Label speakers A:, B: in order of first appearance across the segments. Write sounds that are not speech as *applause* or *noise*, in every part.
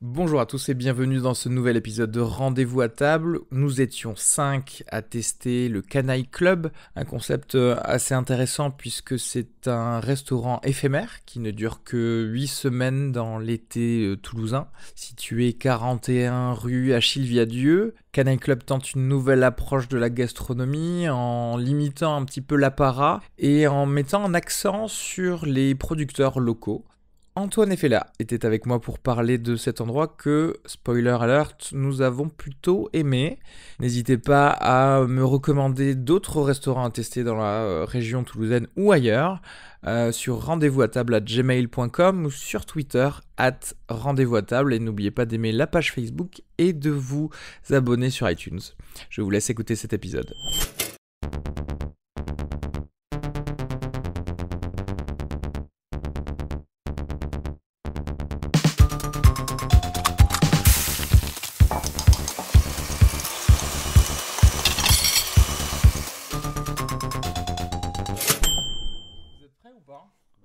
A: Bonjour à tous et bienvenue dans ce nouvel épisode de Rendez-vous à table. Nous étions 5 à tester le Canaille Club, un concept euh, assez intéressant puisque c'est un restaurant éphémère qui ne dure que 8 semaines dans l'été euh, toulousain, situé 41 rue Achille Viadieu. Canaille Club tente une nouvelle approche de la gastronomie en limitant un petit peu l'apparat et en mettant un accent sur les producteurs locaux. Antoine Effela était avec moi pour parler de cet endroit que, spoiler alert, nous avons plutôt aimé. N'hésitez pas à me recommander d'autres restaurants à tester dans la euh, région toulousaine ou ailleurs euh, sur rendez-vous à table à gmail.com ou sur Twitter at rendez-vous à table et n'oubliez pas d'aimer la page Facebook et de vous abonner sur iTunes. Je vous laisse écouter cet épisode.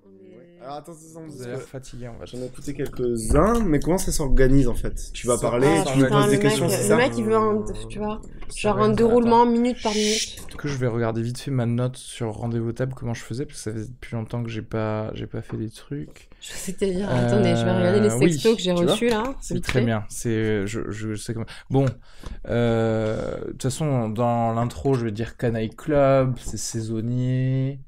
B: Euh, Alors attends, attends,
A: Vous
B: parce
A: avez l'air
B: que
A: fatigué, on va
B: j'en ai écouté quelques-uns, mais comment ça s'organise en fait Tu vas
A: Ça-
B: parler,
A: Ah,
B: tu me
A: putain,
B: poses
A: le
B: des
A: mec-
B: questions,
A: le
B: c'est ça
A: mec-
C: mec, il veut un, tu vois, genre
A: va
C: un
A: être-
C: déroulement minute par minute.
A: Chut, que je vais regarder vite fait ma note sur rendez-vous table comment je faisais parce que ça fait depuis longtemps que j'ai pas j'ai pas fait des trucs.
C: Je sais te dire,
A: Euh,
C: attendez, je vais regarder les
A: oui,
C: sextos que j'ai
A: tu vois,
C: reçus là.
A: C'est
C: vite
A: très
C: fait.
A: bien. C'est euh, je, je sais comment. Bon, euh, de toute façon dans l'intro je vais dire Canaille Club, c'est saisonnier,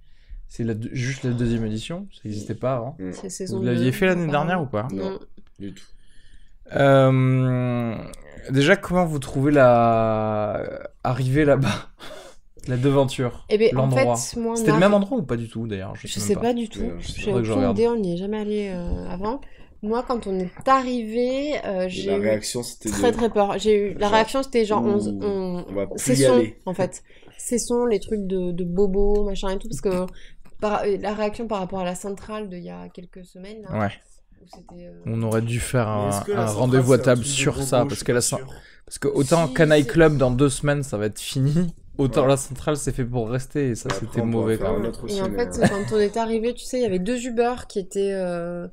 A: c'est la deux- juste la deuxième édition, ça n'existait pas avant.
C: C'est saison
A: Vous l'aviez
C: deux,
A: fait l'année
C: apparemment.
A: dernière ou pas
C: Non.
B: Du tout.
A: Euh, Déjà comment vous trouvez la arrivée là-bas, *laughs* la devanture,
C: Eh bien, en
A: l'endroit.
C: fait, moi, on
A: C'était le
C: a-
A: même endroit ou pas du tout d'ailleurs
C: Je
A: même
C: sais pas du tout.
B: Euh, je sais
C: J'ai
A: pas. Faudrait que je
C: aucune
A: regarde.
C: idée, on n'y est jamais allé euh, avant. Moi, quand on est arrivé, euh, j'ai
B: La
C: eu
B: réaction c'était
C: très
B: de-
C: très peur. J'ai eu la
B: Genre,
C: réaction, c'était genre
B: ouh,
C: on, on,
B: on va plus y
C: cessons
B: aller.
C: en fait, cessons les trucs de, de bobo machin et tout parce que par- euh, la réaction par rapport à la centrale d'il y a quelques semaines là,
A: Ouais.
C: où c'était euh,
A: On aurait dû faire
B: Mais
A: un,
B: est-ce que
A: un
B: la centrale,
A: rendez-vous à
B: c'est un
A: table
B: truc de
A: sur
B: bobo,
A: ça,
B: je
A: parce
B: suis
A: que, la
B: pas
A: cen-
B: sûr.
A: parce que autant
C: Si,
A: Canaille
C: c'est-
A: Club dans deux semaines ça va être fini, autant
B: Ouais. Bah,
A: la centrale c'est fait pour rester et ça
B: Après,
A: c'était
B: on pourra
A: mauvais.
B: faire
A: quoi.
B: un autre aussi,
C: Et en
B: mais,
C: fait,
B: euh,
C: quand on est arrivé, tu sais, il y avait deux Uber qui étaient euh,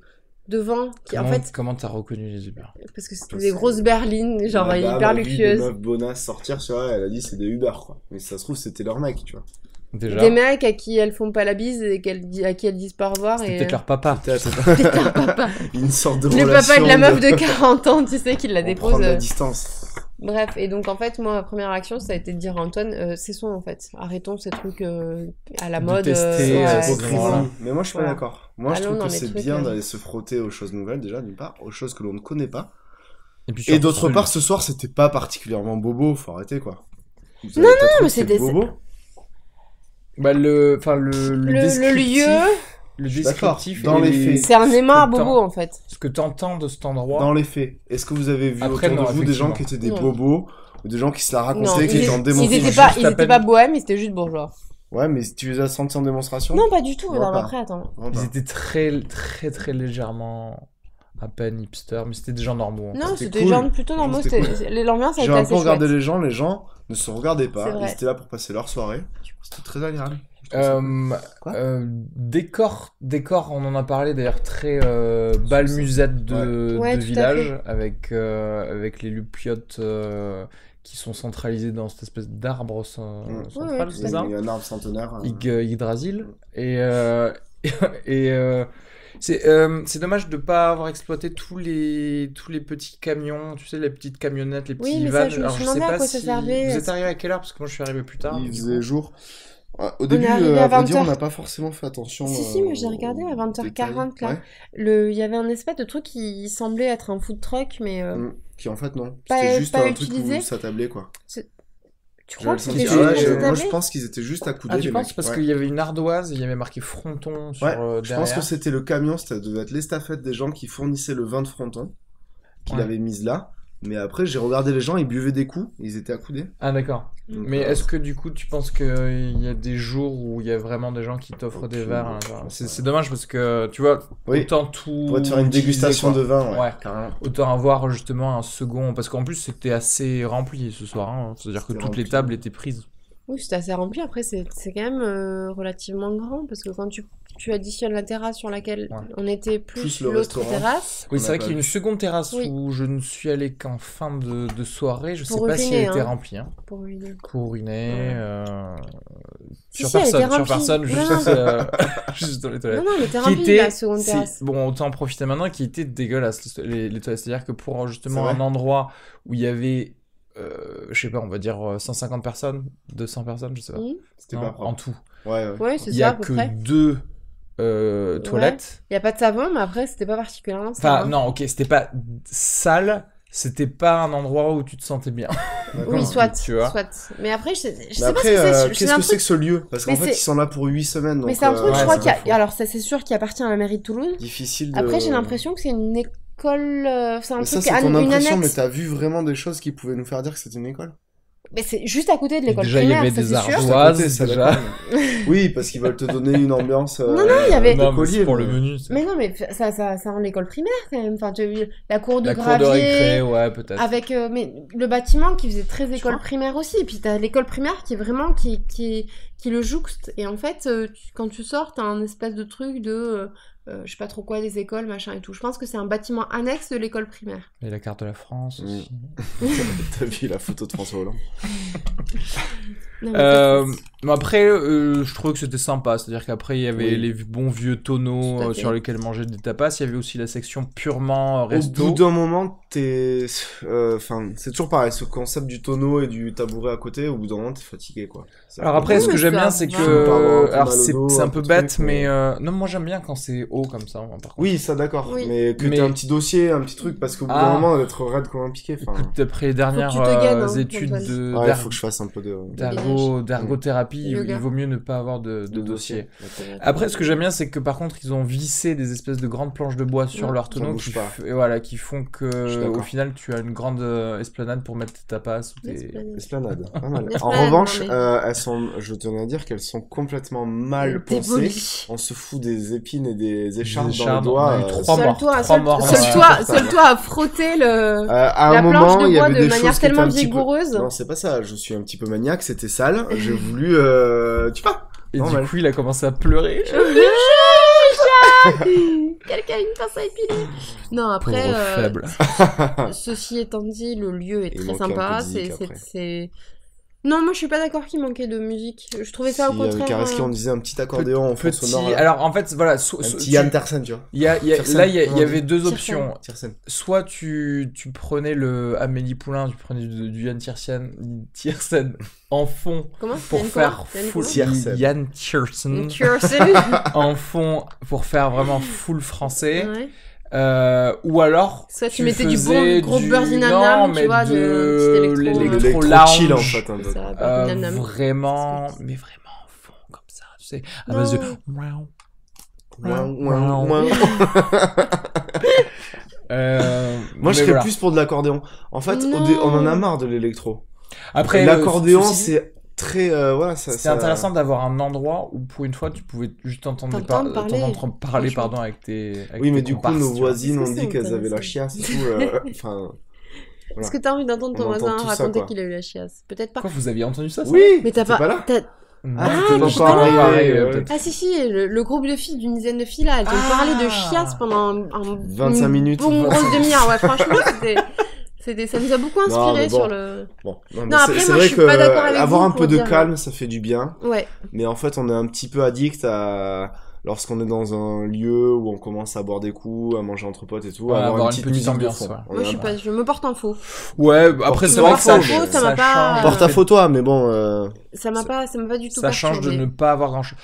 C: devant, qui
A: Comment
C: en fait,
A: comment t'as reconnu les Uber
C: parce que c'était
B: Parce
C: des
B: que-
C: grosses berlines, genre
B: la dame
C: hyper
B: a vu Des
C: luxueuses.
B: meufs bonasses sortir, tu vois, elle a dit c'est des Uber quoi. Mais si ça se trouve c'était leur mec,
C: *laughs*
B: tu vois.
A: déjà
C: Des mecs à qui elles font pas la bise et qu'elles di- à qui elles disent pas au revoir.
A: C'était
C: Et... euh, *laughs*
A: peut-être leur papa.
B: Peut-être.
A: je sais pas.
B: Une sorte de
C: Le
B: relation
C: papa de la meuf de 40 ans, tu sais, qui la
B: On
C: dépose.
B: prend de la
C: euh.
B: distance.
C: Bref, et donc en fait, moi, ma première action, ça a été de dire à Antoine, euh, cessons en fait, arrêtons ces trucs euh, à la
A: De
C: mode.
A: tester,
C: ouais,
A: euh,
B: Ouais,
A: ces
C: c'est-
B: hypocrisie.
A: endroits-là.
B: Mais moi je suis pas
C: Voilà.
B: d'accord. Moi je
C: Allons
B: trouve
C: dans
B: que
C: les
B: c'est
C: trucs,
B: bien
C: euh.
B: d'aller se frotter aux choses nouvelles déjà d'une part, aux choses que l'on ne connaît pas.
A: Et, puis
B: Et
A: surtout,
B: d'autre
A: celui-
B: part ce soir c'était pas particulièrement bobo, faut arrêter quoi. Vous
C: Non,
B: avez pas trouvé
C: mais
B: que
C: c'était-
B: c'était bobo.
A: bah, le, enfin le, le,
C: Le, le
A: descriptif-
C: lieu,
A: le
B: suis d'accord.
A: descriptif,
B: Dans
A: et
B: les faits.
C: c'est un
A: ce que
C: aimant à
A: t'en-
C: bobo en fait.
A: Ce que t'entends de cet endroit.
B: Dans les faits, est-ce que vous avez vu
A: Après,
B: autour
A: non,
B: de vous des gens
A: effectivement.
B: qui étaient des
C: Non.
B: bobos ou des gens qui se la
C: Non,
B: racontaient,
C: ils
B: qui étaient en
C: ils
B: démonstration
C: étaient pas,
A: juste
C: ils
A: à
C: étaient
A: peine.
C: pas bohèmes, ils étaient juste bourgeois.
B: Ouais, mais tu les as sentis en démonstration
C: Non, pas du tout.
B: Moi
C: Non, mais
B: pas.
C: après, attends.
B: Vraiment pas.
A: Ils étaient très très très légèrement à peine hipster, mais c'était des gens normaux. hein. en fait.
C: Non,
B: C'était
C: c'était
B: cool.
C: genre plutôt normaux.
B: C'était
C: c'était- c'est- L'ambiance a
B: J'ai
C: été
B: un
C: assez
B: peu regardé
C: chouette.
B: les gens, les gens ne se regardaient
C: C'est
B: pas,
C: vrai.
B: ils étaient là pour passer leur soirée. C'était très agréable. Je trouve ça cool.
A: Euh,
B: Quoi
A: euh, décor, décor, on en a parlé d'ailleurs très euh, bal musette de,
C: Ouais,
A: de
C: tout à
A: village avec euh, avec les lupiotes euh, qui sont centralisées dans cette espèce d'arbre cen-
B: Mm.
C: Ouais, ouais,
A: central,
C: tout
A: c'est
C: à
A: ça
B: Il y a un arbre centenaire. euh,
A: Ig- Yggdrasil et euh, *laughs* et euh, c'est euh, c'est dommage de pas avoir exploité tous les tous les petits camions, tu sais les petites camionnettes, les
C: Oui,
A: petits
C: mais ça,
A: vans.
C: je me
A: Alors
C: suis
A: je sais
C: demandé à
A: pas
C: quoi ça
A: si
C: servait. euh,
A: vous êtes arrivé à quelle heure parce que moi je suis arrivé plus tard.
B: Il
A: du
B: faisait
A: coup.
B: jour. Ouais, Au début,
C: arrivé
B: euh,
C: à
B: à vrai dire,
C: 20h.
B: on n'a pas forcément fait attention.
C: Si, si,
B: euh,
C: mais j'ai regardé à
B: aux
C: 20h40
B: détails.
C: là. Le- Il y avait un espèce de truc qui semblait être un food truck, mais euh,
B: Ouais. Mm. Qui en fait, non.
C: Pas-
B: C'était juste
C: pas
B: un truc
C: utilisé.
B: où ça tablait quoi.
C: tu
B: J'ai
C: crois
B: le
C: que c'était
B: sentiment-
A: Ah ouais,
C: juste pour
A: je-
C: se
B: moi, je
C: taper
B: pense qu'ils étaient juste à couder.
A: Ah, tu
B: les
A: penses
B: mecs.
A: parce
B: Ouais.
A: qu'il y avait une ardoise, il y avait marqué fronton sur
B: Ouais,
A: euh,
B: Je pense
A: derrière.
B: que c'était le camion, ça devait être l'estafette des gens qui fournissaient le vin de fronton, qui
A: Ouais.
B: l'avaient mise là. Mais après, j'ai regardé les gens, ils buvaient des coups, ils étaient accoudés.
A: Ah d'accord.
C: Mm.
B: Donc,
A: Mais
B: euh,
A: est-ce que du coup tu penses qu'il y a des jours où il y a vraiment des gens qui t'offrent des
B: Aucune-
A: verres à l'intérieur C'est c'est dommage parce que tu vois,
B: bah, Oui.
A: autant tout...
B: On pourrait te faire une
A: utiliser,
B: dégustation
A: quoi.
B: de vin, ouais.
A: Ouais.
B: Carrément.
A: Autant avoir justement un second... Parce qu'en plus c'était assez rempli ce soir. hein. C'est-à-dire que
B: C'était
A: toutes les
B: rempli.
A: tables étaient prises.
C: Oui, c'était assez rempli. Après, c'est c'est quand même euh, relativement grand parce que quand tu tu additionnes la terrasse sur laquelle
A: Ouais.
C: on était plus,
B: Plus le
C: l'autre
B: restaurant.
C: terrasse.
A: Oui,
B: On
A: c'est
B: a
A: vrai
B: pas
A: qu'il y a
B: vu.
A: une seconde terrasse
C: Oui.
A: où je ne suis allé qu'en fin de, de soirée. Je sais
C: Pour
A: pas si elle
C: uriner,
A: était
C: hein.
A: remplie. Hein.
C: Pour une-
A: Pour uriner.
C: Ouais.
A: euh,
C: Si,
A: sur
C: si, elle était
A: personne, sur
C: remplie.
A: personne,
C: Non,
A: juste,
C: non.
A: *laughs* euh, juste dans les toilettes.
C: Non, bah, non, elle était
A: qui
C: remplie
A: était
C: la seconde
A: c'est-
C: terrasse.
A: bon autant en profiter maintenant qui était dégueulasse les, les- les toilettes c'est à dire que pour justement
B: C'est
A: un
B: vrai.
A: endroit où il y avait euh, je sais pas on va dire euh, 150 personnes 200 personnes je sais pas,
C: Mhm.
B: C'était
A: Non,
B: pas
A: en
B: propre.
A: tout
B: Ouais, ouais.
C: Ouais, c'est
A: il y a
C: ça à peu
A: que
C: près.
A: deux euh,
C: Ouais.
A: toilettes
C: Il n'y a pas de savon, mais après, c'était pas particulièrement ça.
A: enfin non ok c'était pas sale c'était pas un endroit où tu te sentais bien
B: D'accord.
C: Oui, soit.
A: tu vois.
C: soit. Mais après, je sais, je sais
B: Mais après,
C: pas ce
B: euh,
C: que c'est.
B: qu'est-ce
C: un
B: que c'est
C: truc-
B: que ce lieu Parce qu'en
C: Mais
B: fait,
C: c'est-
B: ils sont là pour 8 semaines.
C: Mais
B: donc,
C: c'est un truc,
B: euh,
A: ouais,
C: je
A: c'est
C: crois,
A: un
C: qu'il y a-
A: peu faux.
C: Alors, ça, c'est sûr qu'il appartient à la mairie de Toulouse.
B: Difficile de-
C: Après, j'ai l'impression que c'est une école. euh, C'est un
B: Mais ça,
C: truc,
B: c'est
C: an-
B: ton
C: une
B: impression, mais
C: annexe.
B: t'as vu vraiment des choses qui pouvaient nous faire dire que c'était une école
C: Mais c'est juste à côté de l'école
A: déjà il y
C: primaire,
A: avait
C: ça,
A: des
C: c'est sûr.
B: argent. C'est à côté,
A: ardoises
B: ça,
A: déjà
B: d'accord.
C: *laughs*
B: Oui, parce qu'ils veulent te donner une ambiance. euh,
C: Non, non, il y avait-
B: de
A: Non, mais c'est
B: collier,
A: pour le
B: mais-
A: menu c'est-
C: Mais non, mais ça, ça, ça rend l'école primaire quand même. Enfin, tu as vu la cour de
A: la cour de
C: gravier.
A: récré ouais peut-être
C: Avec euh, mais le bâtiment qui faisait très école primaire aussi, et puis t'as l'école primaire qui est vraiment qui, qui, qui le jouxte. Et en fait, euh, tu- quand tu sors, t'as un espèce de truc de euh, euh, je sais pas trop quoi des écoles machin et tout. Je pense que c'est un bâtiment annexe de l'école primaire.
A: et la carte de la France
B: Mm.
A: aussi
B: *laughs* T'as vu la photo de François Hollande
C: Non, mais ça,
A: Euh, mais après, euh, je trouvais que c'était sympa. C'est-à-dire qu'après, il y avait
B: Oui.
A: les bons vieux tonneaux
C: Tout à
A: euh,
C: fait.
A: sur lesquels manger des tapas. Il y avait aussi la section purement euh, resto.
B: Au bout d'un moment, t'es. euh, Enfin, c'est toujours pareil, ce concept du tonneau et du tabouret à côté, au bout d'un moment, t'es fatigué, quoi. C'est
A: Alors après,
C: Oui,
A: ce que
C: mais
A: j'aime
C: ça
A: bien, c'est
C: va.
B: Par rapport à
A: que.
B: un peu
A: Alors
B: mal au
A: c'est
B: dos,
A: c'est
B: un
A: un peu
B: peu
A: bête,
B: truc,
A: mais.
B: mais-
A: euh, Non, moi j'aime bien quand c'est haut comme ça. hein, par contre.
B: Oui, ça d'accord,
C: Oui.
B: mais que
A: Mais-
B: t'aies un petit dossier, un petit truc, parce qu'au bout
A: Ah.
B: d'un moment, d'être raide comme un piqué, enfin.
A: Écoute, après les dernières
C: tu te gagnes,
A: euh,
C: hein,
A: études
C: Antoine.
A: de
B: Ouais,
A: d'ar-
B: faut que je fasse un peu de, de
A: d'ergo- d'ergothérapie, il-
C: Yoga.
A: il vaut mieux ne pas avoir de, de dossier.
B: D'accord.
A: Après, ce que j'aime bien, c'est que par contre, ils ont vissé des espèces de grandes planches de bois sur
C: Ouais.
A: leur
B: Mmh. Ça
A: tonneau
B: bouge
A: qui,
B: pas.
A: f- et voilà, qui font
B: Je suis
A: que,
B: d'accord.
A: au final, tu as une grande euh, esplanade pour mettre tes tapas ou
C: c'est-
A: tes.
B: *laughs* Esplanade, pas mal. En
C: Esplanade,
B: revanche,
C: non, mais-
B: euh, elles sont, je tenais à dire qu'elles sont complètement mal pensées.
C: Démoli.
B: On se fout des épines et des
A: Des
B: écharpes dans
A: écharpes,
B: les doigts.
A: on a eu
B: euh,
A: trois
C: Seul
A: morts,
C: toi,
A: trois
C: seul,
A: morts,
C: seul
B: ouais.
C: toi, seul toi à frotter le
B: Euh, à
C: la
B: un
C: planche
B: moment,
C: de
B: il y
C: bois
B: avait
C: de
B: des choses
C: manière
B: qui étaient
C: tellement
B: un petit peu-
C: vigoureuse. *laughs*
B: Non, c'est pas ça. Je suis un petit peu maniaque, c'était sale. J'ai voulu, euh, tu vois.
A: Et
B: Normal.
A: du coup, il a commencé à pleurer.
C: Quelqu'un a une pince à épiler. Non, après.
A: Pauvre
C: euh,
A: faible.
C: Ceci étant dit, le lieu est
B: Il
C: très
B: manquait un
C: sympa.
B: peu de musique
C: c'est- c'est-
B: après.
C: C'est. Non, moi je suis pas d'accord qu'il manquait de musique. Je trouvais ça au
B: Si,
C: contraire.
B: Avec Kareski,
C: euh,
B: on disait un petit accordéon en fond
A: Petit.
B: sonore. là.
A: Alors en fait, voilà. so-
B: Un
A: so-
B: petit
A: tu-
B: Yann Tersen, tu vois.
A: il y a- il y a-
B: Tiersen,
A: là, il y, a- il y
B: comment on
A: avait deux
C: Tiersen.
A: options.
B: Tiersen.
A: Soit tu, tu prenais le Amélie Poulain, tu prenais du, du Yann Tiersen, Tiersen en fond
C: euh, Comment
A: pour faire full
C: full.
B: quoi Tiersen.
A: Yann Tiersen *laughs* en fond pour faire vraiment full français.
C: Mmh.
A: Euh, ou alors
C: Soit tu
A: tu
C: mettais du bon-
A: faisais
C: gros
A: du-
C: Bird in a
A: non,
C: Nam, tu
A: mais
C: vois, de-
A: de
C: petit électro, euh,
B: Le-
A: l'électro
B: L'électro
A: lounge.
B: chill, en fait. un peu.
A: Euh, vraiment, mais vraiment en fond comme ça, tu sais, à base de.
B: Ouin, ouin, ouin.
A: Euh,
B: Moi, je
A: mais
B: serais
A: voilà.
B: plus pour de l'accordéon. En fait, au
C: Non.
B: dé- on en a marre de l'électro.
A: Après,
B: L'accordéon,
A: euh, ceci dit,
B: c'est très. euh, voilà, ça.
A: C'était
B: ça-
A: intéressant d'avoir un endroit où pour une fois tu pouvais juste entendre, des par-
C: T'entendre parler,
A: t'entendre parler
C: franchement.
A: pardon, avec tes. avec
B: Oui, mais
A: tes
B: du coup,
A: comparses,
B: nos
A: tu vois.
C: Est-ce que
B: voisines ont
C: c'est
B: dit qu'elles avaient la
C: intéressant
B: chiasse et tout. euh, *laughs* Enfin.
C: Est-ce que t'as envie d'entendre ton
B: On entend
C: voisin
B: tout ça,
C: raconter
B: quoi.
C: qu'il a eu la chiasse Peut-être pas.
A: Quoi, vous aviez entendu ça, ça
B: Oui!
C: Mais t'as
B: t'es
C: pas.
B: là?
C: t'as-
A: Non,
B: Ah,
A: c'était
B: mais
A: pas
B: je suis pas
A: pareil,
B: là.
A: pareil,
B: Ouais,
A: euh,
B: ouais.
A: peut-être.
C: Ah si si, le, le groupe de filles d'une dizaine de filles là, elles te
A: Ah.
C: parlaient de chiasse pendant un, un- Mm,
B: 25
C: une
B: minutes.
C: bonne
B: *laughs*
C: grosse demi-heure. Ouais, franchement, c'était, c'était, ça nous a beaucoup
B: Non,
C: inspiré
B: mais bon.
C: sur le.
B: Bon, non, mais
C: Non,
B: c'est
C: après,
B: c'est
C: moi,
B: vrai
C: je suis
B: que
C: pas d'accord avec
B: avoir
C: vous
B: un
C: pour
B: peu de
C: dire- euh,
B: calme, ça fait du bien.
C: Ouais.
B: Mais en fait, on est un petit peu addict à lorsqu'on est dans un lieu où on commence à boire des coups, à manger entre potes et tout,
A: Ouais,
B: à avoir,
A: avoir
B: une
A: une
B: petite,
A: petite
B: musique de
A: ambiance,
B: fond.
A: ouais.
B: On
C: Moi,
B: est
C: je, suis
B: un-
C: pas, je me porte en faux.
A: Ouais, bah, après,
B: Porte-
A: c'est vrai que ça,
B: Porte-
A: change-
B: Porte-
A: ça
C: ça m'a pas-
A: change.
B: Porte à faux toi, mais bon. euh,
C: Ça m'a
B: Ça-
C: pas, ça m'a pas du tout
A: Ça change de
C: perturbée.
A: ne pas avoir grand chose.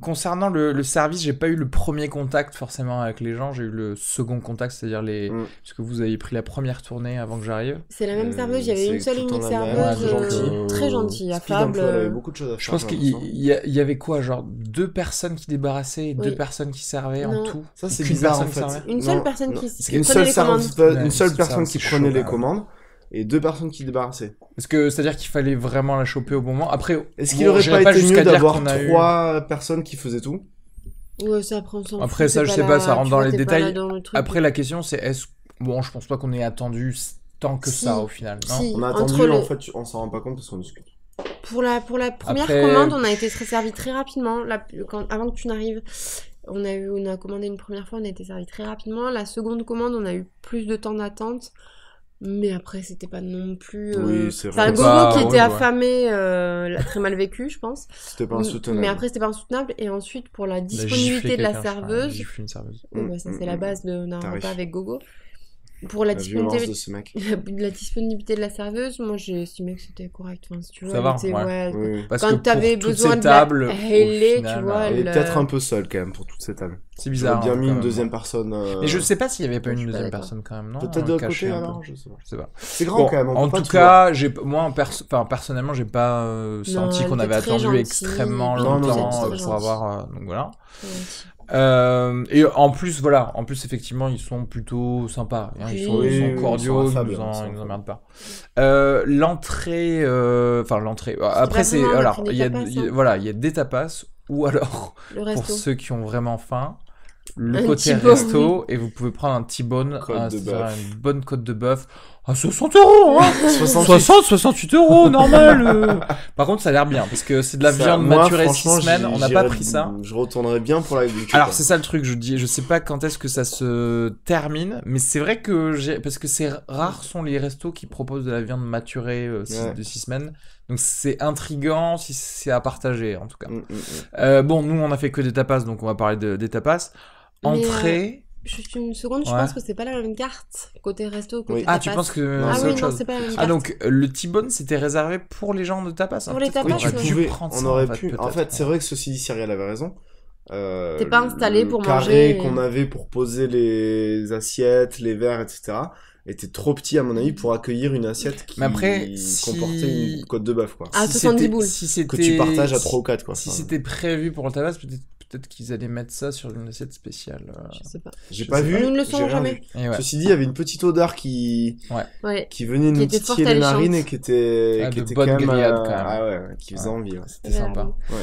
A: concernant le, le service, j'ai pas eu le premier contact forcément avec les gens, j'ai eu le second contact, c'est-à-dire les.
B: Mm.
A: Parce que vous avez pris la première tournée avant que j'arrive.
C: C'est la même
B: Euh,
C: serveuse, il y avait
B: c'est
C: une seule
B: tout
C: et
B: le temps
C: unique
B: la même,
C: serveuse,
A: gentille.
C: euh, très gentille,
B: speed euh, un peu,
C: affable. euh,
B: elle avait beaucoup de choses à
A: Je
B: faire.
A: pense
B: j'ai
A: qu'il
B: l'impression.
A: il y, a- il y avait quoi Genre deux personnes qui débarrassaient et deux
C: Oui.
A: personnes qui servaient en
C: Non.
A: tout
B: Ça, c'est
A: Qu'une
B: bizarre en
A: personne
B: fait.
A: servait
C: Une
B: Non,
C: seule personne
B: non.
C: qui-
B: C'est
C: qui
B: Une
C: prenait
B: seule
C: les
B: serveuse-
A: Ouais, c'est
B: une seule personne
A: ça,
B: qui
A: c'est
B: prenait
A: chaud,
B: les
A: là.
B: commandes et deux personnes qui débarrassaient.
A: Parce que c'est-à-dire qu'il fallait vraiment la choper au bon moment. Après,
B: Est-ce
A: bon,
B: qu'il aurait
A: j'irais
B: pas été
A: jusqu'à
B: mieux
A: dire
B: d'avoir
A: qu'on a eu-
B: trois personnes qui faisaient tout
C: Ouais, ça après, on s'en
A: Après,
C: fout,
A: ça,
C: t'es
A: je sais
C: là-
A: pas, ça rentre
C: tu
A: dans
C: vois,
A: les
C: t'es pas
A: détails.
C: là dans le truc.
A: Après, la question c'est est-ce. Bon, je pense pas qu'on ait attendu s- tant que
C: Si.
A: ça au final. non
C: Si,
B: On a
C: entre
B: attendu,
C: le-
B: en fait, tu- on s'en rend pas compte parce qu'on discute.
C: Pour la, pour la première
A: Après-
C: commande, on a été très servi très rapidement. La- quand- avant que tu n'arrives, on a, eu, on a commandé une première fois, on a été servi très rapidement. La seconde commande, on a eu plus de temps d'attente. Mais après, c'était pas non plus. euh,
B: Oui, c'est
C: c'est un
B: vrai.
C: gogo
A: Bah,
C: qui
A: ouais,
C: était
A: ouais.
C: affamé, euh, l'a très mal vécu, je pense.
B: C'était pas insoutenable.
C: Mm. Mais après, c'était pas insoutenable. Et ensuite, pour la
A: La
C: disponibilité de la
A: J'ai
C: serveuse,
A: giflé une serveuse.
C: oui, bah, ça
B: Mm,
C: c'est
B: mm,
C: la
B: mm.
C: base de d'un
B: Tarif.
C: repas avec Gogo. Pour la,
B: La violence
C: disponibilité,
B: de ce mec.
C: *laughs* la disponibilité de la serveuse, moi j'ai estimé que c'était correct. Enfin, si tu vois,
A: Ça va,
C: tu sais,
A: ouais.
C: ouais,
B: Oui.
A: Parce
C: Quand
A: que pour
C: t'avais
A: toutes
C: besoin
A: ces
C: de la-
A: tables, au
C: Elle est, tu vois,
A: euh,
B: Elle est
C: Le-
B: peut-être un peu seule quand même pour toutes ces tables.
A: c'est
B: J'aurais
A: bizarre.
B: bien
A: hein,
B: mis
A: quand
B: une
A: même.
B: deuxième personne. euh,
A: Mais je sais pas s'il y avait pas
C: Je
A: une
C: suis pas
A: deuxième
C: d'accord.
A: personne quand même, non
B: Peut-être
A: on
B: de l'autre
A: cachait
B: côté
A: un peu.
B: alors, je sais pas.
A: Je sais pas.
B: C'est grand
A: Bon,
B: quand même. on
A: en
B: peut pas
A: tout
B: voir.
A: cas, j'ai moi en perso- enfin, personnellement, j'ai pas euh, senti
C: elle
A: qu'on
C: était
A: avait
C: très
A: attendu
C: gentille.
A: extrêmement
B: Non, non,
A: longtemps
B: non,
A: euh,
B: très
A: pour
C: gentille.
A: avoir euh, donc voilà.
C: ouais.
A: Euh, et en plus voilà, en plus effectivement, ils sont plutôt sympas, hein, ils, sont,
C: Oui,
A: ils sont
B: oui, oui,
A: cordiaux,
B: ils sont
A: ils,
B: affables,
A: nous, en-
B: ils sont
A: ils nous
B: affables.
A: emmerdent pas. Euh, l'entrée euh, enfin l'entrée après c'est
C: vraiment un
A: alors,
C: entrée
A: il
C: des
A: y a
C: tapas,
A: il y a-
C: hein.
A: voilà, il y a des tapas ou alors
C: Le
A: pour
C: resto.
A: ceux qui ont vraiment faim, le
C: Un
A: côté
C: T-bone.
A: resto, et vous pouvez prendre un T-bone,
B: Côte
A: un-
B: de
A: c'est-à-dire
B: bœuf.
A: une bonne côte de bœuf, à 60 euros, *laughs* hein
B: 68.
A: 60, 68 euros, normal euh. *laughs* Par contre, ça a l'air bien, parce que c'est de la
B: Ça,
A: viande
B: moi,
A: maturée 6
B: franchement,
A: semaines,
B: j'y-
A: on n'a pas
B: j'irais-
A: pris ça.
B: Je retournerais bien pour la Big
A: Alors c'est ça le truc, je dis, je sais pas quand est-ce que ça se termine, mais c'est vrai que j'ai, parce que c'est rares sont les restos qui proposent de la viande maturée euh, six-
B: Ouais.
A: de 6 semaines, donc c'est intriguant si c'est à partager en tout
B: Mm,
A: cas. Euh, bon, nous on a fait que des tapas, donc on va parler de- des tapas.
C: Mais, euh,
A: Entrée.
C: Juste une seconde, je
A: Ouais.
C: pense que c'est pas la même carte côté resto côté
B: Oui.
A: Ah,
C: tapas.
A: tu penses que
B: Non,
C: Ah
A: c'est
C: oui,
A: autre
C: non,
A: chose
C: c'est pas la même carte.
A: Ah donc euh, le T-bone c'était réservé pour les gens de tapas. hein.
C: Pour les
A: Peut-être
C: tapas,
A: qu'on
B: tu
C: ouais.
A: aurait
B: pouvais-
A: prendre
B: on
A: ça,
B: aurait
A: en fait,
B: pu. En
A: peut-être.
B: fait, c'est vrai que ceci dit, Cyril avait raison. Euh,
C: T'es pas
B: le-
C: installé
B: le
C: pour
B: carré
C: manger.
B: qu'on avait pour poser les assiettes, les verres, etc. était trop petit à mon avis pour accueillir une assiette qui
A: Mais après, si-
B: comportait une côte de bœuf quoi.
C: Ah,
A: Si
C: 70
A: c'était-
C: boules.
A: Si c'était
B: Que tu partages à
A: si-
B: 3 ou 4 quoi.
A: Si
B: Enfin,
A: c'était prévu pour le tapas, peut-être peut-être qu'ils allaient mettre ça sur une assiette spéciale. euh.
C: Je sais pas.
B: J'ai
A: je
B: pas
A: sais
B: vu.
C: pas. Nous ne le
B: j'ai
C: saurons
B: rien
C: jamais.
B: vu.
A: Et ouais.
B: Ceci dit, il y avait une petite odeur qui
C: Ouais.
B: qui venait
C: Qui
B: nous
C: était forte
B: titiller les
C: alléchante.
B: narines et qui était
A: Ah,
B: qui
A: de
B: était
A: bonne
B: quand même,
A: grillade,
B: euh,
A: quand même.
B: ah ouais, qui faisait
A: Ouais.
B: envie. ouais.
A: C'était sympa.
B: Ouais.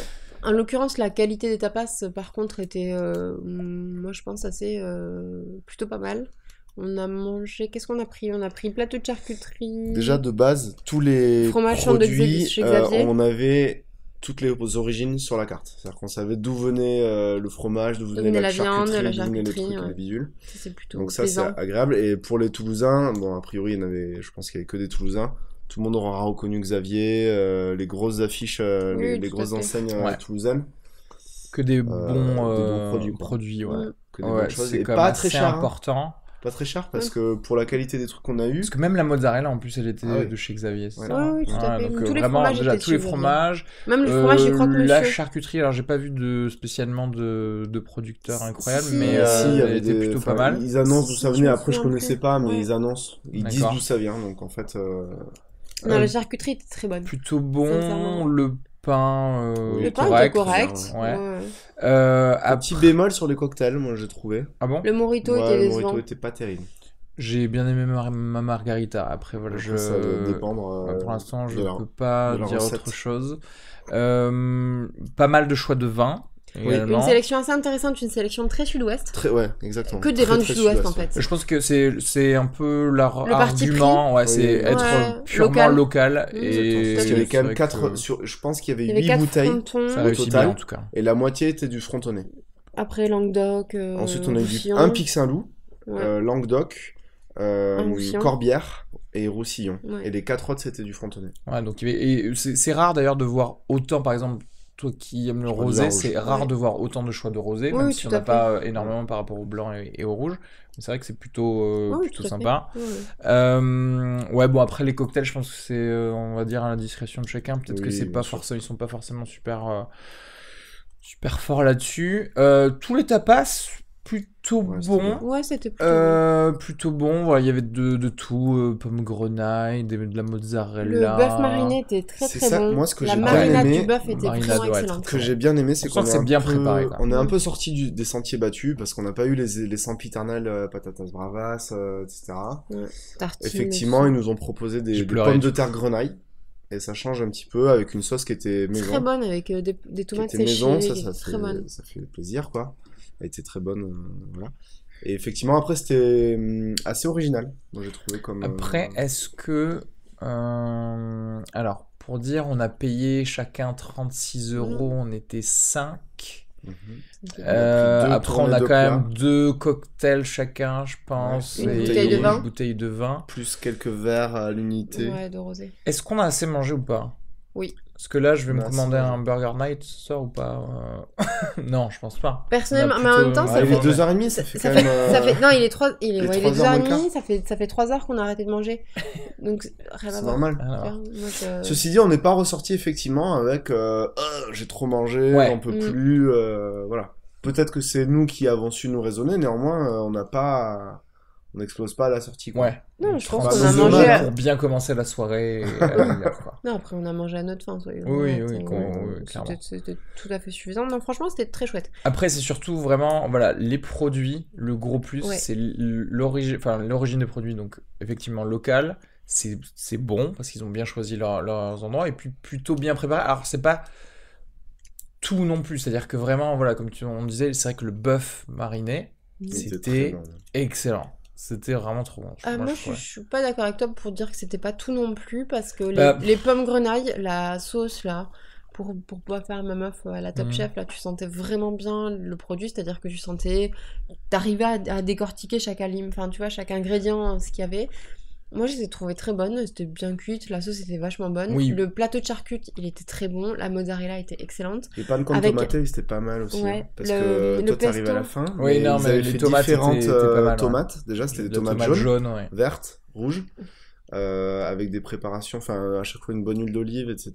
C: En l'occurrence, la qualité des tapas, euh, par contre, était, euh, moi je pense, assez euh, plutôt pas mal. On a mangé, qu'est-ce qu'on a pris On a pris plateau de charcuterie.
B: Déjà de base, tous les
C: Fromage champ de
B: produits,
C: Xavier- chez
B: euh,
C: Xavier.
B: on avait toutes les origines sur la carte. C'est-à-dire qu'on savait d'où venait euh, le fromage, d'où venait
C: venait
B: la,
C: la viande,
B: charcuterie,
C: la
B: d'où venaient les trucs,
C: charcuterie, ouais.
B: les bidules.
C: Ça, c'est plutôt
B: Donc ça c'est
C: plaisant.
B: agréable. Et pour les Toulousains, bon a priori il y en avait, je pense qu'il y avait que des Toulousains. Tout le monde aura reconnu Xavier, euh, les grosses affiches, euh,
C: Oui,
B: les,
C: tout
B: les
C: à
B: grosses
C: fait.
B: enseignes euh,
A: Ouais.
B: toulousaines,
A: Que des bons,
B: des bons
A: euh,
B: produits, quoi.
A: ouais.
C: Mm.
B: que des
A: Ouais,
B: bonnes choses.
A: c'est
B: Et
A: quand
B: pas
A: même
B: très
A: assez
B: cher. hein.
A: important.
B: Pas très cher parce que pour la qualité des trucs qu'on a eu,
A: Parce que même la mozzarella, en plus, elle était
B: Ah oui.
A: de chez Xavier. c'est
B: Ouais.
A: ça
C: Ouais, oui, tout à
A: Ouais,
C: fait.
A: donc,
C: Tous
A: euh,
C: les
A: vraiment,
C: fromages
A: déjà,
C: étaient
A: tous les
C: chez Xavier.
A: fromages.
C: Même le fromage, j'ai
A: Euh,
C: croque
A: La
C: monsieur.
A: charcuterie, alors j'ai pas vu de spécialement de, de producteurs incroyables,
C: si,
A: mais
C: si,
A: euh,
B: il y
A: elle
B: avait
A: était
B: des-
A: plutôt
B: enfin,
A: pas mal.
B: Ils annoncent d'où
C: Si,
B: ça
C: je
B: venait,
C: me
B: après je
C: souviens
B: connaissais
C: plus.
B: pas, mais
C: Ouais.
B: ils annoncent, ils disent
A: D'accord.
B: d'où ça vient, donc en fait, euh,
C: Non,
A: Euh,
C: la charcuterie était très bonne.
A: Plutôt
C: Sincèrement.
A: bon, le pain, euh,
C: Le
B: Le
C: pain
A: correct.
C: était correct.
B: c'est
A: Ouais.
C: Ouais.
A: Euh,
B: un
A: ah,
B: petit bémol sur les cocktails, moi j'ai trouvé.
A: ah bon
C: Le morito
B: Ouais,
C: était
B: le
C: décevant.
B: morito était pas terrible.
A: J'ai bien aimé ma, ma margarita. Après, voilà, je.
B: Ça doit dépendre.
A: Ouais,
B: euh,
A: pour l'instant, je
B: de
A: ne
B: la-
A: peux pas
B: de la
A: dire
B: recette.
A: autre chose. Euh, pas mal de choix de vins.
C: Une
A: également.
C: sélection assez intéressante, une sélection très sud-ouest.
B: Très, ouais, exactement.
C: Que des
B: Très,
C: vins du
B: très
C: sud-ouest en
B: ouais.
C: fait.
A: Je pense que c'est c'est un peu leur
C: Le parti
A: argument, ouais,
B: Oui.
A: c'est être
C: Ouais,
A: purement
C: local.
A: local,
C: Mmh,
A: et
B: Parce qu'il y avait
A: c'est
B: quand même
A: vrai
B: 4.
A: que
B: Sur, je pense qu'il y
C: Il y
B: avait
C: avait
B: 8
C: quatre
B: bouteilles
C: frontons,
A: ça réussit
B: total.
A: bien en tout cas.
B: et la moitié était du frontonné.
C: après Languedoc. euh,
B: Ensuite, on a eu du,
C: Roussillon.
B: un Pic Saint-Loup,
C: Ouais.
B: euh, Languedoc, euh,
C: Un Roussillon.
B: Corbière et Roussillon.
C: Ouais.
B: Et les 4 autres, c'était du frontonné.
A: Ouais, donc il y avait- et c'est c'est rare d'ailleurs de voir autant, par exemple, toi qui aimes le
B: Je crois
A: rosé,
B: que le
A: c'est
B: rouge.
A: rare
C: Ouais.
A: de voir autant de choix de rosé,
C: Oui,
A: même
C: oui,
A: si
C: tout
A: on n'a
C: à fait.
A: pas euh, énormément par rapport au blanc et, et au rouge. Mais c'est vrai que c'est plutôt, euh,
C: Oui,
A: plutôt
C: tout à fait.
A: sympa.
C: Ouais, ouais.
A: Euh, ouais, bon, après les cocktails, je pense que c'est, euh, on va dire, à la discrétion de chacun. Peut-être que
B: Oui,
A: c'est
B: bien
A: pas
B: sûr.
A: forcément, ils sont pas forcément super, euh, super forts là-dessus. Euh, tous les tapas, plutôt
B: Ouais, c'était
A: bons.
B: bien.
C: Ouais, c'était plutôt
A: Euh, plutôt bon, voilà, il y avait de, de tout, euh, pommes grenailles, des- de la
C: bon.
A: mozzarella.
C: Le bœuf mariné était très
B: C'est
C: très
B: ça,
C: bon.
B: moi, ce que
C: La
B: j'ai
A: bien
C: marinade
B: aimé-
C: du bœuf était
A: Marinade,
C: vraiment
A: ouais,
C: excellente.
A: très-
B: que j'ai bien aimé,
A: On
B: c'est qu'on
A: sent que
B: est
A: c'est
B: un
A: bien
B: peu-
A: préparé, quoi.
B: On est un peu sorti du- des sentiers battus parce qu'on n'a pas eu les, les sempiternelles euh, patatas bravas, euh, etc.
C: Tartine
B: Effectivement,
C: aussi.
B: ils nous ont proposé des,
A: J'ai
B: des
A: pleuré.
B: pommes de terre grenaille et ça change un petit peu avec une sauce qui était maison.
C: Très bonne avec euh, des, des
B: qui
C: tomates
B: était
C: séchées.
B: maison, ça,
C: qui
B: ça
C: étaient
B: fait,
C: très bonne.
B: ça fait plaisir quoi. Elle était très bonne, euh, voilà. Et effectivement, après c'était hum, assez original. Moi j'ai trouvé comme. euh,
A: Après, est-ce que. euh, alors, pour dire, on a payé chacun 36
C: Mm.
A: euros, on était 5.
B: euh, mhm.
C: Ok.
B: a pris deux
A: après, on
B: tournées
A: a
B: de
A: quand
B: plats.
A: même deux cocktails chacun, je pense.
B: Ouais.
C: Une
A: et
C: bouteille de
A: une
C: vin.
A: bouteille de vin.
B: Plus quelques verres à l'unité.
C: Ouais, de rosé.
A: Est-ce qu'on a assez mangé ou pas
C: Oui.
A: Parce que là, je vais me
B: Bah,
A: commander
B: c'est-
A: un Burger Night ce soir ou pas *laughs* euh, Non, je pense pas.
C: Personnellement,
A: On a
C: mais en
A: plutôt-
C: même temps,
A: Ouais,
C: ça
B: Ah, il
A: les
C: fait
B: est
A: deux-
B: 2h30, ça fait
C: ça
B: quand même. euh,
C: Ça fait, non, il est 3 il est,
B: il
C: ouais,
B: est
C: il est
B: trois heures moins
C: 2h30,
B: le quart.
C: ça fait, ça fait 3 heures qu'on a arrêté de
B: *laughs*
C: manger. Donc, rien à
B: C'est
C: voir.
B: normal.
A: Rien à voir.
C: Moi,
A: Euh,
C: je-
B: Ceci dit, on n'est pas ressorti effectivement avec euh, Ah, j'ai trop mangé,
A: Ouais.
B: on peut
C: Mm.
B: plus, euh, voilà. Peut-être que c'est nous qui avons su nous raisonner, néanmoins, euh, on n'a pas, on n'explose pas à la sortie. Quoi.
A: Ouais.
C: Non, je pense
B: Bah,
C: qu'on
B: c'est
C: a
A: dommage
C: mangé.
B: dommage.
C: à-
A: pour bien commencer la soirée. et à la lumière, quoi.
C: Non, après, on a mangé à notre faim. soyons
A: Oui,
C: honnêtes,
A: oui,
C: hein,
A: qu'on-
C: ouais.
A: oui,
C: C'était-
A: clairement.
C: C'était tout à fait suffisant. Non, franchement, c'était très chouette.
A: Après, c'est surtout vraiment voilà les produits. Le gros plus,
C: Ouais.
A: c'est l'origine, enfin l'origine des produits. Donc effectivement local, c'est c'est bon parce qu'ils ont bien choisi leur- leurs endroits et puis plutôt bien préparé. Alors c'est pas tout non plus. C'est-à-dire que vraiment voilà comme tu on disait, c'est vrai que le bœuf mariné,
C: Il
A: C'était
B: était très bon.
A: excellent. C'était vraiment trop bon.
C: Ah, moi, je, suis-
A: trouvais.
C: je suis pas d'accord avec toi pour dire que c'était pas tout non plus, parce que les,
A: Bah,
C: les pommes grenailles, la sauce là, pour, pour pouvoir faire ma meuf euh, à la top
A: Mhm.
C: chef, là, tu sentais vraiment bien le produit, c'est-à-dire que tu sentais. T'arrivais à, à décortiquer chaque, alim- enfin, tu vois, chaque ingrédient, hein, ce qu'il y avait. Moi, je les ai trouvées très bonnes, c'était bien cuite, la sauce était vachement bonne.
A: Oui.
C: Le plateau de charcutes, il était très bon, la mozzarella était excellente.
B: Les pannes comme
C: Avec-
B: tomatées, c'était pas mal aussi.
C: Ouais,
B: hein, parce
C: le-
B: que
C: le
B: toi, t'arrives à
C: pesto.
B: la fin.
A: Oui,
B: mais
A: non,
B: ils
A: mais
B: avaient
A: les
B: fait
A: tomates
B: différentes
A: étaient- étaient pas
B: euh,
A: mal, hein. ouais.
B: tomates. Déjà, c'était des
A: La
B: tomates,
A: tomate
B: jaunes,
A: jaune, ouais.
B: vertes, rouges, euh, avec des préparations, enfin, à chaque fois une bonne huile d'olive, etc.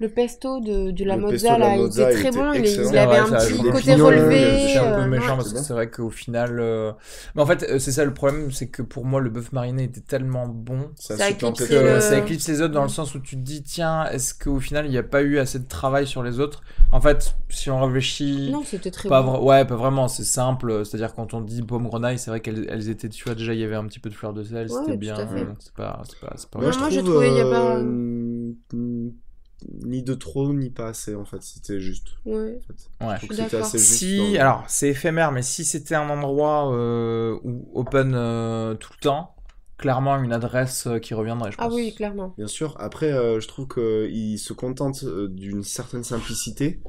C: Le pesto de, de la
B: Le pesto
C: mozza,
B: de la
C: là,
B: mozza,
C: il
B: il
C: était très
B: était
C: bon, il- il,
B: excellent.
A: C'est
C: avait
A: vrai,
C: un
A: ça
C: petit
A: rajoute des
C: côté
B: pignoles,
C: relevé.
A: C'est un
C: euh,
A: peu
C: non,
A: méchant parce
B: c'est
A: que
B: bon.
A: c'est vrai qu'au final. euh, Mais en fait, euh, c'est ça le problème, c'est que pour moi, le bœuf mariné était tellement bon
B: Ça,
C: Ça
B: supplante
A: que
C: C'est le-
A: ça éclipse les autres dans le sens où tu te dis, tiens, est-ce qu'au final, il n'y a pas eu assez de travail sur les autres En fait, si on réfléchit.
C: Non, c'était très
A: Pas
C: bon.
A: vra- Ouais, pas vraiment, c'est simple. C'est-à-dire, quand on dit pomme grenaille, c'est vrai qu'elles elles étaient, tu vois, déjà, il y avait un petit peu de fleur de sel,
C: Ouais,
A: c'était
C: tout
A: bien.
C: à fait.
A: euh, C'est pas, c'est pas, c'est pas
B: Bah,
C: Moi,
A: mal.
C: je j'ai trouvé, y a pas-
B: Ni de trop, ni pas assez, en fait. C'était juste.
C: Ouais.
B: en fait.
A: Ouais.
C: Je
B: Je trouve que
C: suis
B: c'était
C: d'accord.
B: assez juste. dans
A: Si,
B: le-
A: alors c'est éphémère, mais si c'était un endroit euh, où open euh, tout le temps, clairement une adresse euh, qui reviendrait, je pense.
C: Ah oui, clairement.
B: Bien sûr. Après, euh, je trouve qu'ils se contentent euh, d'une certaine simplicité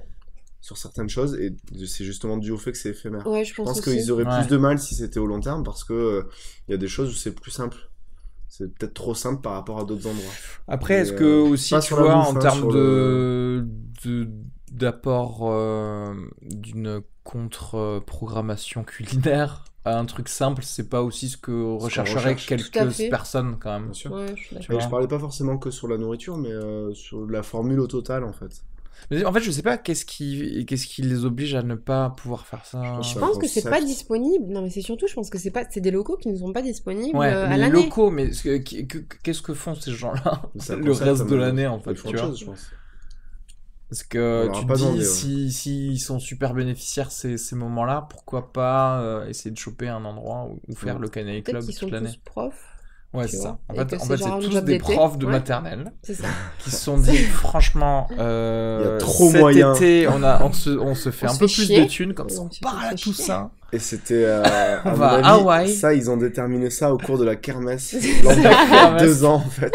B: sur certaines choses, et c'est justement dû au fait que c'est éphémère.
C: Ouais, Ah, je
B: je
C: pense,
B: pense
C: aussi.
B: qu'ils auraient
A: Ouais.
B: plus de mal si c'était au long terme, parce que euh, il y a des choses où c'est plus simple. C'est peut-être trop simple par rapport à d'autres endroits.
A: Après,
B: Mais,
A: est-ce que
B: euh,
A: aussi
B: pas
A: tu
B: sur la
A: vois
B: bouffe,
A: en
B: hein,
A: termes
B: sur
A: de de- d'apport euh, d'une contre-programmation culinaire à un truc simple, c'est pas aussi ce que
B: qu'on
A: rechercheraient
B: recherche.
C: Tout à
A: quelques
C: fait.
A: personnes quand même.
B: Bien sûr.
C: Ouais, je suis d'accord.
A: Tu
B: Et
A: vois.
B: je parlais pas forcément que sur la nourriture, mais euh, sur la formule au total, en fait.
A: Mais en fait, je sais pas qu'est-ce qui qu'est-ce qui les oblige à ne pas pouvoir faire ça.
B: Je
C: Je
B: Ouais,
C: pense
B: bon,
C: que c'est
B: ça-
C: pas disponible. Non, mais c'est surtout, je pense que c'est pas, c'est des locaux qui ne sont pas disponibles
A: Ouais,
C: euh, à
A: mais les
C: l'année.
A: locaux, mais ce que- qui- que- qu'est-ce que font ces gens-là
B: C'est
A: *laughs*
B: un
A: le
B: concept,
A: reste
B: hein,
A: de
B: mais
A: l'année en
B: Ils
A: fait,
B: font
A: tu
B: autre
A: vois
B: chose, je pense.
A: Parce que tu
B: On l'aura
A: te
B: pas hein.
A: dis,
B: demandé, ouais.
A: si, si ils sont super bénéficiaires ces, ces moments-là, pourquoi pas euh, essayer de choper un endroit où, où faire
B: Ouais.
A: le Canal
C: Peut-être
A: Club
C: qu'ils sont
A: toute l'année
C: tous profs.
A: Ouais,
C: tu
A: c'est ça.
C: vois,
A: En
C: et
A: fait,
C: que
A: en
C: c'est
A: fait,
C: genre un
A: c'est tous
C: job
A: des
C: d'été.
A: profs de
C: Ouais.
A: maternelle
C: C'est ça.
A: qui se
C: *laughs*
A: sont dit, franchement, euh,
B: Il y a trop
A: cet
B: moyen.
A: été, on, a, on, se, on se fait
C: On
A: un
C: se
A: peu
C: fait
A: plus
C: chier.
A: de thunes, comme ça
C: On
A: on
C: se
A: part à la
C: fait chier.
A: Toussaint.
B: Et
A: *laughs*
B: c'était euh, à
A: On
B: mon
A: va à
B: avis,
A: Hawaï.
B: Ça, ils ont déterminé ça au cours de
A: *laughs*
B: la kermesse.
C: C'est
B: L'an-
C: ça.
B: Il y a
A: Kermesse.
B: deux ans, en fait.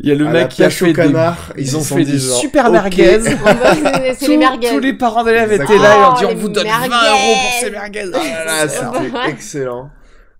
A: Il y a le
B: À la
A: mec qui a
B: pêche au
A: fait des,
B: canard,
A: ils
B: ils
A: ont
B: se sont
A: fait
B: dit
A: des
B: genre,
A: super
B: ok.
A: merguez.
C: On va- bah, c'est- c'est les
A: Tous-
C: merguez.
A: Tous les parents d'élèves étaient
B: Exactement.
A: là et on dit
C: Oh,
A: on
C: les
A: vous donne 20
C: merguez.
A: euros pour ces merguez. Ah là là,
B: Ah,
A: c'est-
B: c'était excellent.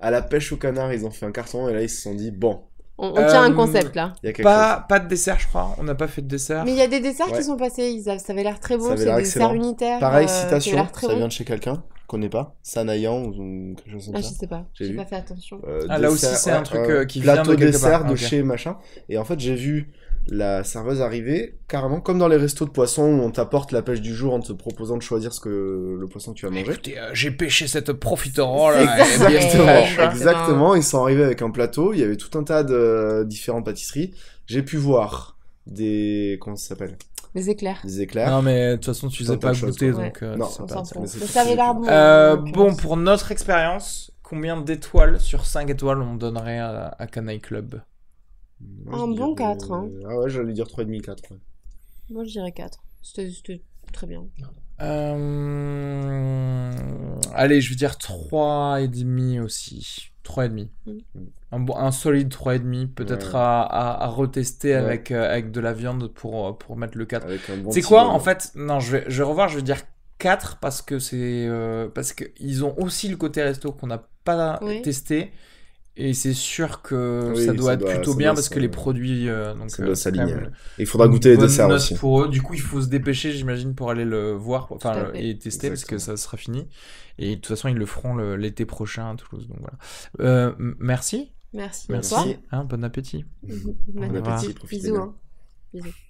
B: À la pêche au canard, ils ont fait un carton et là, ils se sont dit, bon,
C: On, on tient
A: Euh,
C: un concept là.
B: il y a quelque
A: pas, pas de dessert, je crois. On n'a pas fait de dessert.
C: Mais il y a des desserts
B: Ouais.
C: qui sont passés. Ils a- ça avait l'air très
B: Ça
C: bon.
B: avait
C: C'est
B: l'air
C: des desserts
B: excellent.
C: unitaires.
B: chose. Pareil,
C: euh, ça avait
B: citation,
C: l'air très
B: ça
C: bon.
B: vient de chez quelqu'un, je connais pas, Sanayan ou quelque chose
C: Ah,
B: comme
C: je
B: ça.
C: sais pas.
B: J'ai
C: J'ai
B: vu.
C: pas fait attention.
B: Euh,
A: Ah, là aussi, c'est un truc, euh, qui vient
B: plateau
A: de quelque
B: dessert
A: part.
B: de
A: Ok.
B: chez machin. Et en fait, j'ai vu la serveuse arriver carrément comme dans les restos de poissons où on t'apporte la pêche du jour en te proposant de choisir ce que le poisson que tu vas manger.
A: Écoutez, euh, j'ai pêché cette profiterole.
C: C'est
A: elle est
C: ça.
A: bien
B: Exactement,
A: fraîche.
C: Eh, Ouais.
B: exactement. Ils sont arrivés avec un plateau. Il y avait tout un tas de euh, différentes pâtisseries. J'ai pu voir des comment ça s'appelle
C: Les éclairs.
B: des éclairs.
A: Non, mais de toute façon, tu les as
B: T'entends
A: pas
B: autre chose,
A: goûté,
C: quoi.
A: donc. euh,
B: Non,
A: tu sais
C: On
A: pas,
C: s'en
A: tu sais
C: fout.
A: pas.
B: mais c'est
C: Mais ça avait l'air bon.
A: Euh,
C: donc,
A: bon,
C: euh,
A: pour notre expérience, combien d'étoiles sur 5 étoiles on donnerait à, à Canaille Club
C: Un
B: Moi, je euh, dirais
C: bon
B: des-
C: quatre, hein.
B: Ah ouais, j'allais dire 3,5 4. Ouais.
C: Moi, je dirais 4. C'était Très bien.
A: Euh, Allez, je vais dire 3,5 aussi. 3,5.
C: Mm.
A: Un, bon- un solide 3,5, peut-être
B: Ouais.
A: à, à- à retester
B: Ouais.
A: avec, euh, avec de la viande pour, euh, pour mettre le 4.
B: Avec un bon
A: c'est
B: petit euh,
A: quoi
B: bonbon.
A: en fait Non, je vais, je vais revoir, je vais dire 4 parce que c'est euh, parce que ils ont aussi le côté resto qu'on n'a pas
C: Oui.
A: testé et c'est sûr que
B: Oui,
A: ça doit
B: ça
A: être
B: doit-
A: plutôt
B: ça
A: bien
B: doit
A: parce
B: se-
A: que les produits euh, donc
B: ça
A: euh,
B: doit
A: c'est quand même
B: s'aligner,
A: une
B: Il faudra goûter les
A: bonne
B: desserts
A: note
B: aussi.
A: pour eux. Du coup, il faut se dépêcher, j'imagine, pour aller le voir enfin,
C: Tout à fait.
A: et tester parce que
B: Exactement.
A: ça sera fini. Et de toute façon, ils le feront le- l'été prochain à Toulouse. Donc voilà. Euh, m- merci.
C: Merci.
B: Merci.
C: Toi
A: Hein, bon appétit.
C: Mhm.
A: Bon
B: Bon
A: appétit,
B: appétit, profitez
C: Bisous.
B: bien.
C: hein. Bisous.